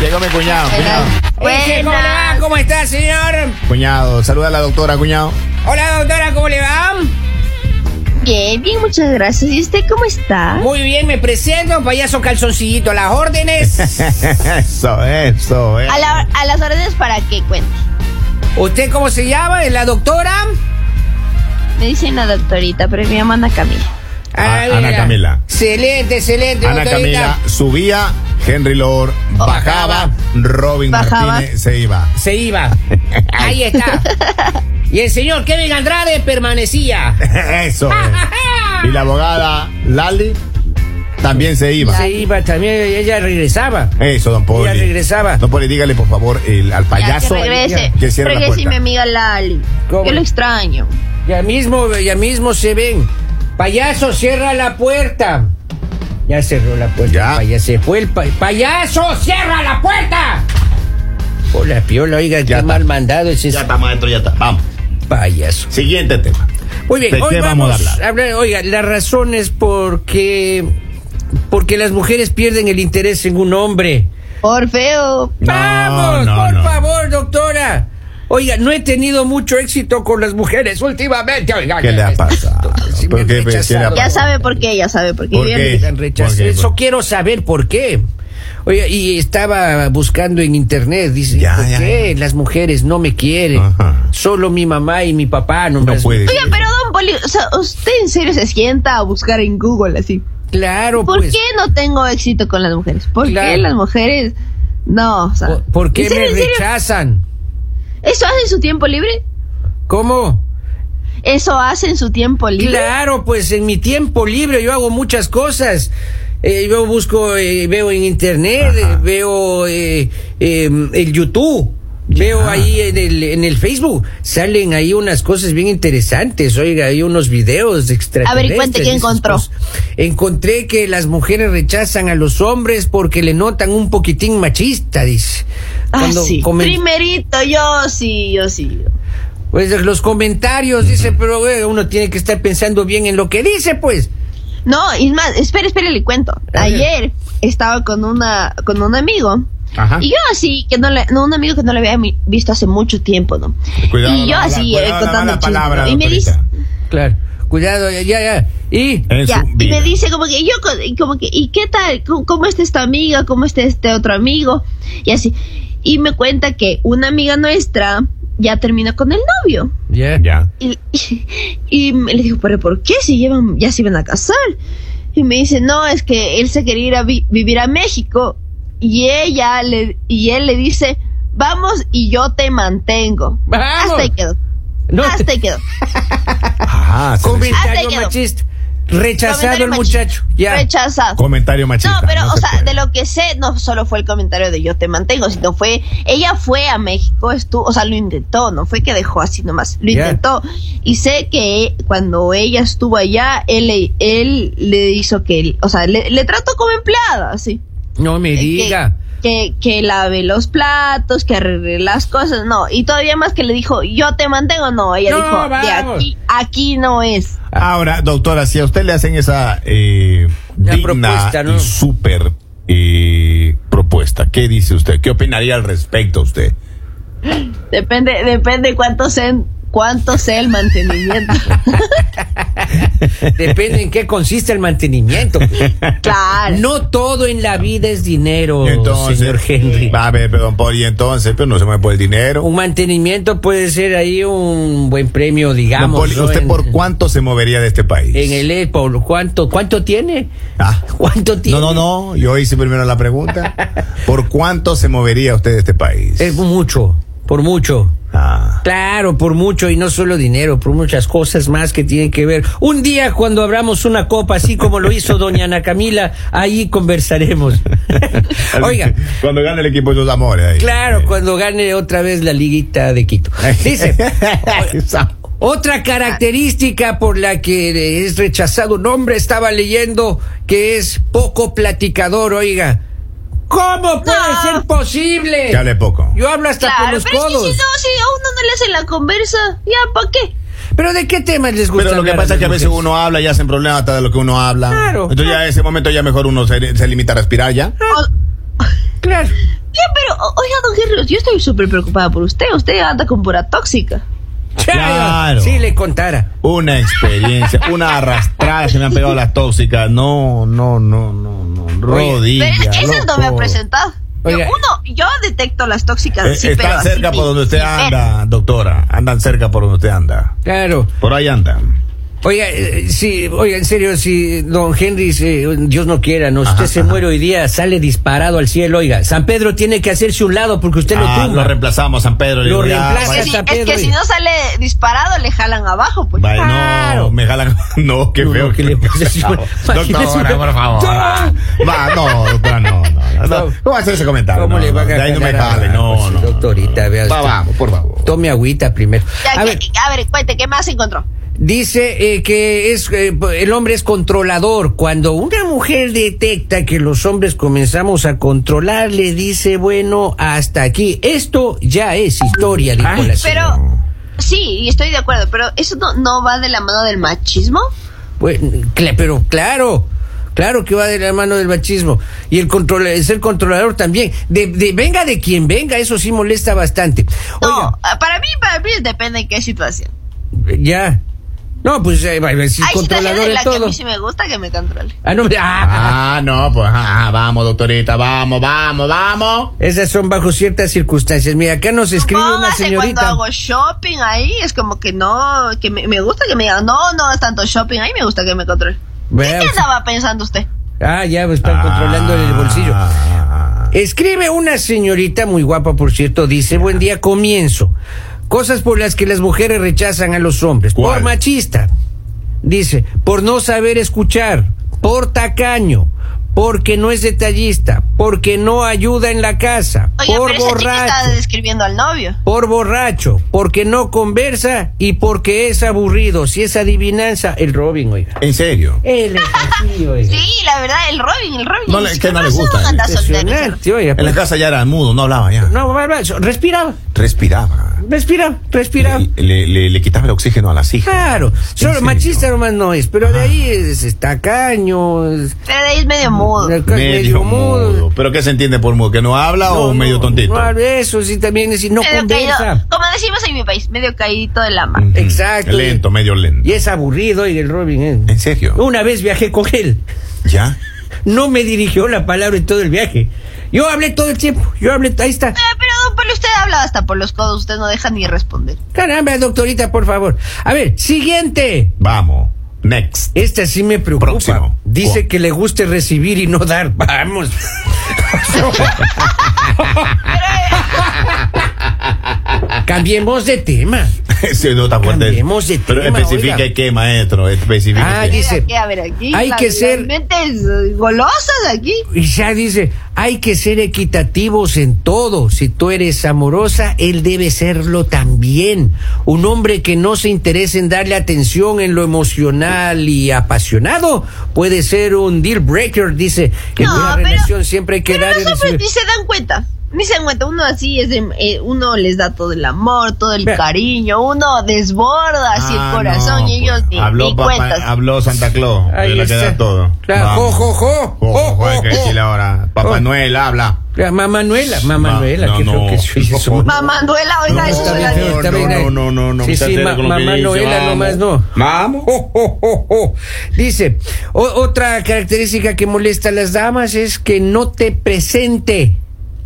Dígame, cuñado, cuñado. Oye, ¿Cómo le va? ¿Cómo está, señor? Cuñado, saluda a la doctora, cuñado. Hola, doctora, ¿cómo le va? Bien, bien, muchas gracias. ¿Y usted cómo está? Muy bien, me presento, payaso calzoncillito, las órdenes. Eso, eso, eh. A, la- a las órdenes para que cuente. ¿Usted cómo se llama? ¿La doctora? Me dicen la doctorita, pero me llaman a Camila. A- Ay, Ana mira. Camila. Excelente, excelente, Ana doctorita. Camila subía, Henry Lord bajaba, Robin Bajaba. Martínez se iba. Se iba. Ahí está. Y el señor Kevin Andrade permanecía. Eso. es. Y la abogada Lali también se iba. Se iba también, ella regresaba. Eso, don Poli. Ella regresaba. Don Poli, dígale por favor el- al Ah, Ya, payaso que regrese. que cierre la regrese puerta. mi amiga Lali. ¿Cómo? Yo lo extraño. Ya mismo, ya mismo se ven. Payaso, cierra la puerta. Ya cerró la puerta. Ya. Payaso, se fue el pa- payaso, cierra la puerta. Hola, piola, oiga, qué está. mal mandado es ese Ya está, maestro, ya está. Vamos. payaso. Siguiente tema. Muy bien, ¿De hoy qué vamos, vamos a hablar? a hablar. Oiga, las razones por qué porque las mujeres pierden el interés en un hombre. Orfeo. No, Vamos, no, por no. favor, doctora. Oiga, no he tenido mucho éxito con las mujeres últimamente. Oiga, ¿Qué le ha pasado? Sí, me ¿Por han qué, qué le ha rechazado. pasado? Ya sabe por qué, ya sabe por qué. ¿Por Yo ya qué? le Me han rechazado. ¿Por qué? Eso quiero saber por qué. Oiga, y estaba buscando en internet, dice, Ya, ¿por ya, qué las mujeres no me quieren? Ajá. Solo mi mamá y mi papá no, me No las- puede. Oiga, pero don Poli, o sea, usted en serio se sienta a buscar en Google así. Claro, ¿Por pues. qué no tengo éxito con las mujeres? ¿Por Claro. qué las mujeres no? O sea, ¿Por, por qué ¿en serio, me en serio? rechazan? ¿Eso hace en su tiempo libre? ¿Cómo? ¿Eso hace en su tiempo libre? Claro, pues en mi tiempo libre yo hago muchas cosas. Eh, yo busco, eh, veo en internet, Ajá. eh, veo eh, eh, el YouTube. Veo ahí en el, en el Facebook, salen ahí unas cosas bien interesantes, oiga, hay unos videos extraterrestres. cuente, ¿qué esas encontró? cosas. Encontré que las mujeres rechazan a los hombres porque le notan un poquitín machista, dice. Ah, Cuando sí. comen- Primerito, yo sí, yo sí. pues los comentarios, dice, pero eh, uno tiene que estar pensando bien en lo que dice, pues. No, y más, espere, espere, le cuento. A ver. Ayer estaba con una con un amigo. Ajá. Y yo así, que no, le, no, un amigo que no le había mi- visto hace mucho tiempo, ¿no? Cuidado y yo la mala- así, eh, cuidado la contando mala chismes, palabra, ¿no? Y me dice, doctorita. Claro. Cuidado, ya, ya, ya. Y. En ya, su y vida. me dice como que yo, co- y como que, ¿y qué tal? ¿Cómo, cómo está esta amiga? ¿Cómo está este otro amigo? Y así. Y me cuenta que una amiga nuestra ya terminó con el novio. Ya. Eh, Ya. Y, y- y me- le digo, ¿pero por qué? Si llevan, ya se iban a casar. Y me dice, no, es que él se quería ir a vi- vivir a México. Y ella le, y él le dice, vamos y yo te mantengo. ¡Vamos! Hasta ahí quedó. No, Hasta ahí quedó. Ajá. se les- Hasta ahí comentario quedó. machista. Rechazado Comentario el machista. muchacho. Ya. Rechazado. Comentario No, machista. pero, o se sea, puede. de lo que sé, no solo fue el comentario de yo te mantengo, sino fue, ella fue a México, estuvo, o sea, lo intentó, no fue que dejó así nomás, lo Ya. intentó. Y sé que cuando ella estuvo allá, él, le- él le hizo que, él- o sea, le, le trató como empleada, así. Eh, No me Que- diga. Que, que lave los platos, que arregle las cosas, no. Y todavía más que le dijo, yo te mantengo, no. Ella No, dijo, de vamos. aquí, aquí no es. Ahora, doctora, si a usted le hacen esa eh, La digna propuesta, ¿no? y súper eh, propuesta, ¿qué dice usted? ¿Qué opinaría al respecto usted? Depende, depende cuánto sea, cuánto sea el mantenimiento. Depende en qué consiste el mantenimiento. claro. No todo en la vida es dinero, entonces, Oh, señor Henry. Va a ver, perdón, por y entonces, pero no se mueve por el dinero. Un mantenimiento puede ser ahí un buen premio, digamos. Don Poli, ¿no? ¿Usted En- por cuánto se movería de este país? En el Apple, ¿cuánto, cuánto tiene? Ah. ¿Cuánto tiene? No, no, no, yo hice primero la pregunta. ¿Por cuánto se movería usted de este país? Es mucho, por mucho. Ah. Claro, por mucho y no solo dinero, por muchas cosas más que tienen que ver. Un día cuando abramos una copa, así como lo hizo doña Ana Camila, ahí conversaremos. Así Oiga, que, Cuando gane el equipo de los amores. ahí. claro, cuando gane otra vez la liguita de Quito. Dice, otra característica por la que es rechazado un hombre, estaba leyendo que es poco platicador, oiga. ¿Cómo puede No. ser posible? Que hable poco. Yo hablo hasta con Claro, los pero es que codos. si no, si a uno no le hacen la conversa, ya, ¿para qué? ¿Pero de qué temas les gusta Pero lo que hablar pasa las es que a veces mujeres? uno habla y hacen problemas hasta de lo que uno habla. Claro. Entonces ya en ese momento ya mejor uno se, se limita a respirar ya. O- Claro. Ya, pero, o- oiga, don Henry, yo estoy súper preocupada por usted. Usted anda con pura tóxica. Claro. Si le contara. Una experiencia, una arrastrada se me han pegado las tóxicas. No, no, no, no, no. Oye, Rodilla. Pero es que esas no me ha loco. presentado. Yo, Oiga. uno, yo detecto las tóxicas. Eh, sí, Eh, pero están así cerca ni- por donde usted ni ver. anda, doctora. Andan cerca por donde usted anda. Claro. Por ahí andan. Oiga, eh, sí, oiga, en serio, si don Henry, si, eh, Dios no quiera, no, usted se muere hoy día, sale disparado al cielo, oiga, San Pedro tiene que hacerse un lado porque usted Ah, lo lo tumba. reemplazamos, San Pedro. Lo Digo, ya, reemplaza vaya- Sí, San es Pedro que y- si no sale disparado, le jalan abajo, pues. Vaya, Claro. no, me jalan. No, qué No, feo. no, ¿qué le pasa, señor? Imagínese doctora, una- por favor. Va, no, doctora, no, no, no. No. ¿Cómo va a hacer ese comentario? ¿Cómo No, le va a no, de ahí no me ganar a- jale, no, pues, no. doctorita, no. vea Va, usted. vamos, por favor. Tome agüita primero. Ya, A que- ver, a ver, cuente, ¿qué más encontró? Dice eh, que es, eh, el hombre es controlador. Cuando una mujer detecta que los hombres comenzamos a controlar, le dice, bueno, hasta aquí. Esto ya es historia, dijo Ay, la señora. Pero sí, y estoy de acuerdo, pero eso no, no va de la mano del machismo. Pues, cla- pero claro, claro que va de la mano del machismo. Y el, control, el ser controlador también. De, de- venga de quien venga, eso sí molesta bastante. No, Oiga, ah, para mí, para mí depende de qué situación. ya. No, pues eh, va- va- si Hay situaciones controlador en de las que a todo. mí sí me gusta que me controle. Ah, no, ah. Ah, no, pues, ah, ah, vamos, doctorita, vamos, vamos, vamos. Esas son bajo ciertas circunstancias. Mira, acá nos escribe una Póngase cuando señorita. hago shopping ahí, es como que no, que me, me gusta que me digan, no, no, es tanto shopping ahí, me gusta que me controle. Vea ¿Qué usted. andaba pensando usted? Ah, ya pues, están controlando el bolsillo. Ah. Escribe una señorita muy guapa, por cierto, dice, buen día, comienzo. Cosas por las que las mujeres rechazan a los hombres. ¿Cuál? Por machista. Dice, por no saber escuchar, por tacaño, porque no es detallista, porque no ayuda en la casa, Oiga, por pero esa chica está borracho, describiendo al novio. por borracho, porque no conversa y porque es aburrido. Si es adivinanza, el Robin, oiga. ah. ¿En serio? Él es así, oiga. Sí, la verdad, el Robin, el Robin. No le- que no le gusta, No anda soltero. Impresionante, oiga. En la casa ya era mudo, no hablaba ya. pues. No, va, va, respiraba. Respiraba. Respira, respira. Le, le- le quitaba el oxígeno a las hijas. Claro, ¿En solo serio? machista nomás no es, pero de ahí es, es tacaño, es Pero de ahí es medio mudo. el ca- Medio mudo. ¿Pero qué se entiende por mudo? ¿Que no habla Ah, o No, medio no, tontito? no habla eso, sí, también es, y no Medio caído, conversa. como decimos en mi país, medio caído de la mano. Mm. Ujú. Exacto. Lento, medio lento. Y es aburrido y el Robin. eh. ¿En serio? Una vez viajé con él, ¿Ya? no me dirigió la palabra en todo el viaje. Yo hablé todo el tiempo, yo hablé, ahí está. Eh, pero don Poli, usted habla hasta por los codos, usted no deja ni responder. Caramba, doctorita, por favor. A ver, siguiente. Vamos. Next. Esta Este sí me preocupa. Próximo. Dice Cu- que le guste recibir y no dar. Vamos. Cambiemos de tema. Se nota fuerte. Cambiemos de Pero tema, especifica oiga. qué, maestro. Especifica Ah, qué. dice- Mira, que, a ver, aquí. hay la- que las ser- mentes eh, golosas aquí. Y ya dice, hay que ser equitativos en todo. Si tú eres amorosa, él debe serlo también. Un hombre que no se interese en darle atención en lo emocional y apasionado puede ser un deal breaker, dice. En No, una pero- relación siempre hay que Pero dar y los hombres recibir. ni se dan cuenta. Ni se dan cuenta. Uno así es de- eh, uno les da todo el amor, todo el Vea. cariño. Uno desborda así Ah, el corazón no, y ellos pues. ni, habló, ni papá- cuentas. habló Santa Claus. Ahí de la que está. da todo. Claro. Vamos. Jo, jo, jo. Jo, jo, jo, Jo, hay que jo, jo. decirle ahora. Papá Jo. Noel habla. La Mamá Manuela, mamá Ma- Manuela, no, que no. creo que es es un- Mamá Manuela, oiga, No, eso está suena bien, bien. no, no, no, no, no, Sí, sí, muchachera, ma- con lo que mamá dice, Noela vamos. nomás no. Vamos. Oh, oh, oh, oh. Dice, o- otra característica que molesta a las damas es que no te presente.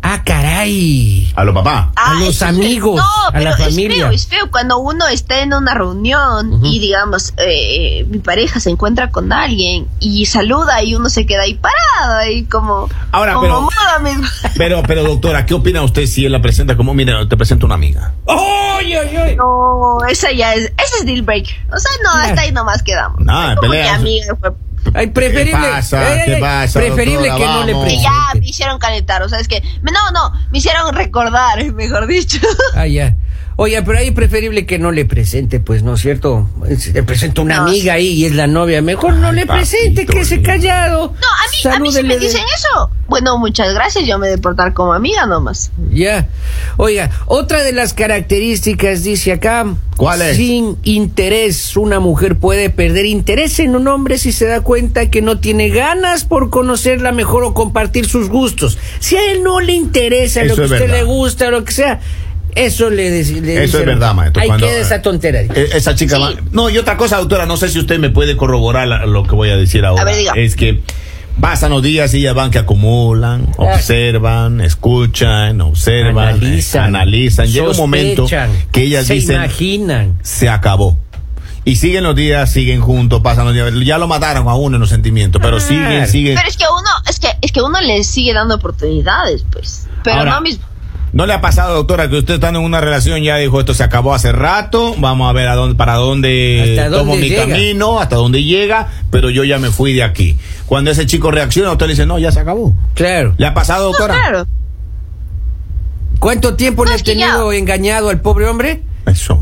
Ah, caray. A los papás. a los eso es- amigos, a la Es familia. feo, es feo cuando uno está en una reunión y digamos, eh, mi pareja se encuentra con alguien y saluda y uno se queda ahí parado, ahí como... Ahora, como pero- mudo mismo. Pero, pero doctora, ¿qué opina usted si él la presenta como, mira, te presento una amiga? ¡Ay, ay, ay! No, esa ya es, ese es deal breaker. O sea, no, hasta ahí nomás quedamos. Nada, Como mi peleas. amiga fue- Ay, preferible. ¿Qué pasa? Ay, ay, ¿Qué ay, pasa, Preferible doctora? que no le Vamos. que presente. ya me hicieron calentar, o sea, es que... No, no, me hicieron recordar, mejor dicho. Ah, ya. Oye, pero ahí preferible que no le presente, pues, ¿no es cierto? Es- Le presenta una No. amiga ahí y es la novia. Mejor no Ay, le presente, papito que se lindo. callado. No, a mí, a mí si Salúdele me de- dicen eso, bueno, muchas gracias, yo me he de portar como amiga nomás. Ya. Oiga, otra de las características dice acá. ¿Cuál es? Sin interés, una mujer puede perder interés en un hombre si se da cuenta que no tiene ganas por conocerla mejor o compartir sus gustos. Si a él no le interesa Eso lo que a es usted verdad. le gusta, lo que sea, eso le, dec- le Eso dicen, es verdad, maestro. Ahí cuando- queda esa tontera. dice. Eh, Esa chica Sí. va- No, y otra cosa, doctora, no sé si usted me puede corroborar la- lo que voy a decir ahora. A ver, diga. Es que pasan los días y ellas van que acumulan, Claro. observan, escuchan, observan, analizan. eh, analizan. Llega un momento sospechan, que ellas se dicen, imaginan. se acabó. Y siguen los días, siguen juntos, pasan los días. Ya lo mataron a uno en los sentimientos, pero Claro. siguen, siguen. Pero es que uno, es que, es que uno le sigue dando oportunidades, pues. Pero Ahora, no mismo. ¿No le ha pasado, doctora, que usted estando en una relación ya dijo esto se acabó hace rato? Vamos a ver a dónde, para dónde ¿Hasta tomo dónde mi llega? camino, hasta dónde llega, pero yo ya me fui de aquí. Cuando ese chico reacciona, usted le dice, no, ya se acabó. Claro. ¿Le ha pasado, No, doctora? claro. ¿Cuánto tiempo No, le ha es que tenido engañado al pobre hombre? Eso.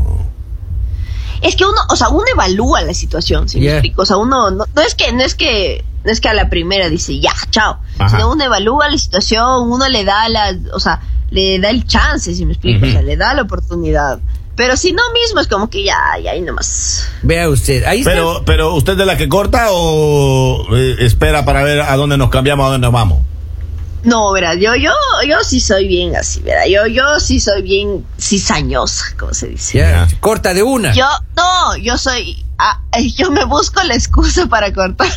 Es que uno, o sea, uno evalúa la situación, ¿sí Yeah. me explico? O sea, uno no, no es que, no es que, no es que a la primera dice ya, chao. Ajá. Sino uno evalúa la situación, uno le da la, o sea, le da el chance, si me explico, o sea, Ujú. le da la oportunidad. Pero si no mismo es como que ya, ya y nomás. Vea usted, ahí está. Pero, pero ¿usted es de la que corta o eh, espera para ver a dónde nos cambiamos, a dónde nos vamos? No, verá, yo, yo, yo sí soy bien así, verá, yo, yo sí soy bien cizañosa, como se dice. Ya, Ya. Corta de una. Yo, no, yo soy, ah, yo me busco la excusa para cortar.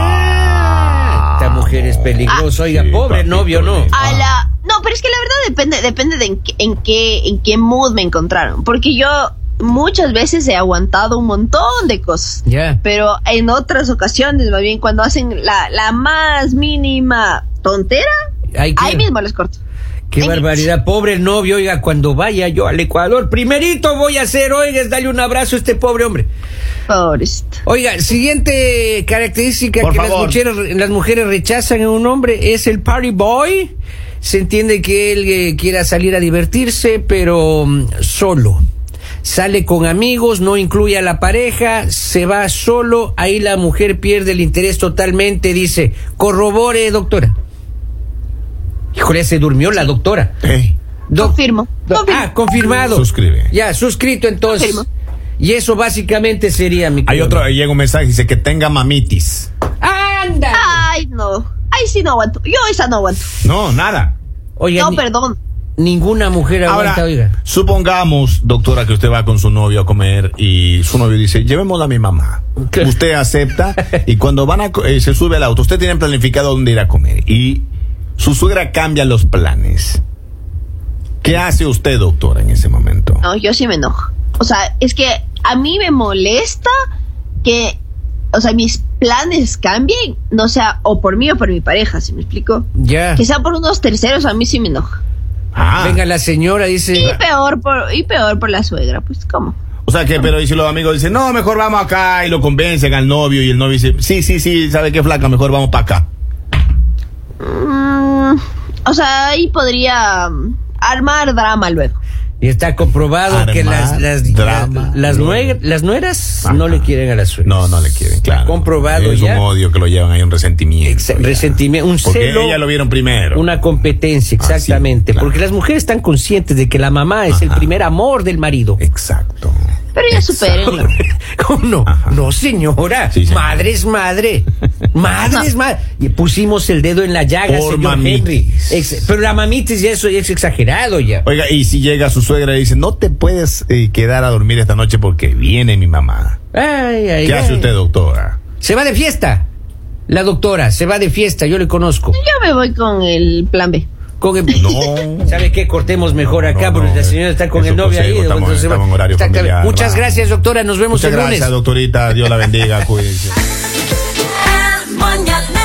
Ah, esta mujer es peligrosa. Oiga, Sí, pobre papito novio, no. lindo. A Ah. la. No, pero es que la verdad depende, depende de en qué, en qué, en qué mood me encontraron. Porque yo muchas veces he aguantado un montón de cosas. Ya. Pero en otras ocasiones, más bien cuando hacen la, la más mínima tontera, Ay, qué- ahí mismo les corto. Qué Ay, barbaridad, pobre novio. Oiga, cuando vaya yo al Ecuador, primerito voy a hacer, oiga, es darle un abrazo a este pobre hombre. Pobrecito. Oiga, siguiente característica Por que las favor. mujeres, las mujeres rechazan en un hombre es el party boy. Se entiende que él eh, quiera salir a divertirse, pero mm, solo. Sale con amigos, no incluye a la pareja, se va solo, ahí la mujer pierde el interés totalmente, dice, corrobore, doctora. Híjole, se durmió la doctora. Ey, Doc- Confirmo. Do- Confirmo. Ah, confirmado. Suscribe. Ya, suscrito entonces. Confirmo. Y eso básicamente sería mi Hay querido otro, llega un mensaje, dice que tenga mamitis. Ah, ¡Anda! Ay, no. Ahí sí no aguanto. Yo esa no aguanto. No, nada. Oiga, No, ni- perdón. ninguna mujer aguanta, Ahora, oiga. supongamos, doctora, que usted va con su novio a comer y su novio dice, llevémosla a mi mamá. ¿Qué? Usted acepta y cuando van a, co- eh, se sube al auto, usted tiene planificado dónde ir a comer y su suegra cambia los planes. ¿Qué hace usted, doctora, en ese momento? No, yo sí me enojo. O sea, es que a mí me molesta que, o sea, mis planes cambien, no sea o por mí o por mi pareja, si me explico. Ya. Que sea por unos terceros, a mí sí me enoja. Ah, Venga, la señora Y dice. peor por, y peor por la suegra, pues, ¿cómo? o sea que, pero y si los amigos dicen, no, mejor vamos acá y lo convencen al novio y el novio dice, sí, sí, sí, ¿sabe qué flaca? Mejor vamos para acá. Mm, o sea, ahí podría mm, armar drama luego. Y está comprobado Armar que las las, drama. las, nueg- las nueras Ajá. no le quieren a las suegras. No, no le quieren, claro. Pues, Comprobado Es ya. un odio que lo llevan ahí, un resentimiento. Exa- ya. resentimiento, un Porque celo. ella lo vieron primero. Una competencia, Ah, sí, exactamente. claro. Porque las mujeres están conscientes de que la mamá es el Ajá. primer amor del marido. Exacto. Pero ya supérenlo. ¿Cómo no? Ajá. No, señora. Sí, señora. Madre es madre. Madre es madre. Y pusimos el dedo en la llaga, Por señor Henry. mamitis. Ex- pero la mamitis ya eso ya es exagerado ya. Oiga, y si llega su suegra y dice, no te puedes eh, quedar a dormir esta noche porque viene mi mamá. Ay, ay, ¿Qué hace ay. usted, doctora? Se va de fiesta. La doctora se va de fiesta, yo le conozco. Yo me voy con el plan B. Con el- No. ¿Sabe qué? Cortemos mejor No, no, acá no, porque la eh, señora está con es el un novio ahí. consejo, estamos- entonces se va- estamos en horario Exactamente. familiar, Muchas vamos. gracias, doctora. Nos vemos Muchas el lunes. gracias, doctorita. Dios la bendiga. Cuídense. El mañanero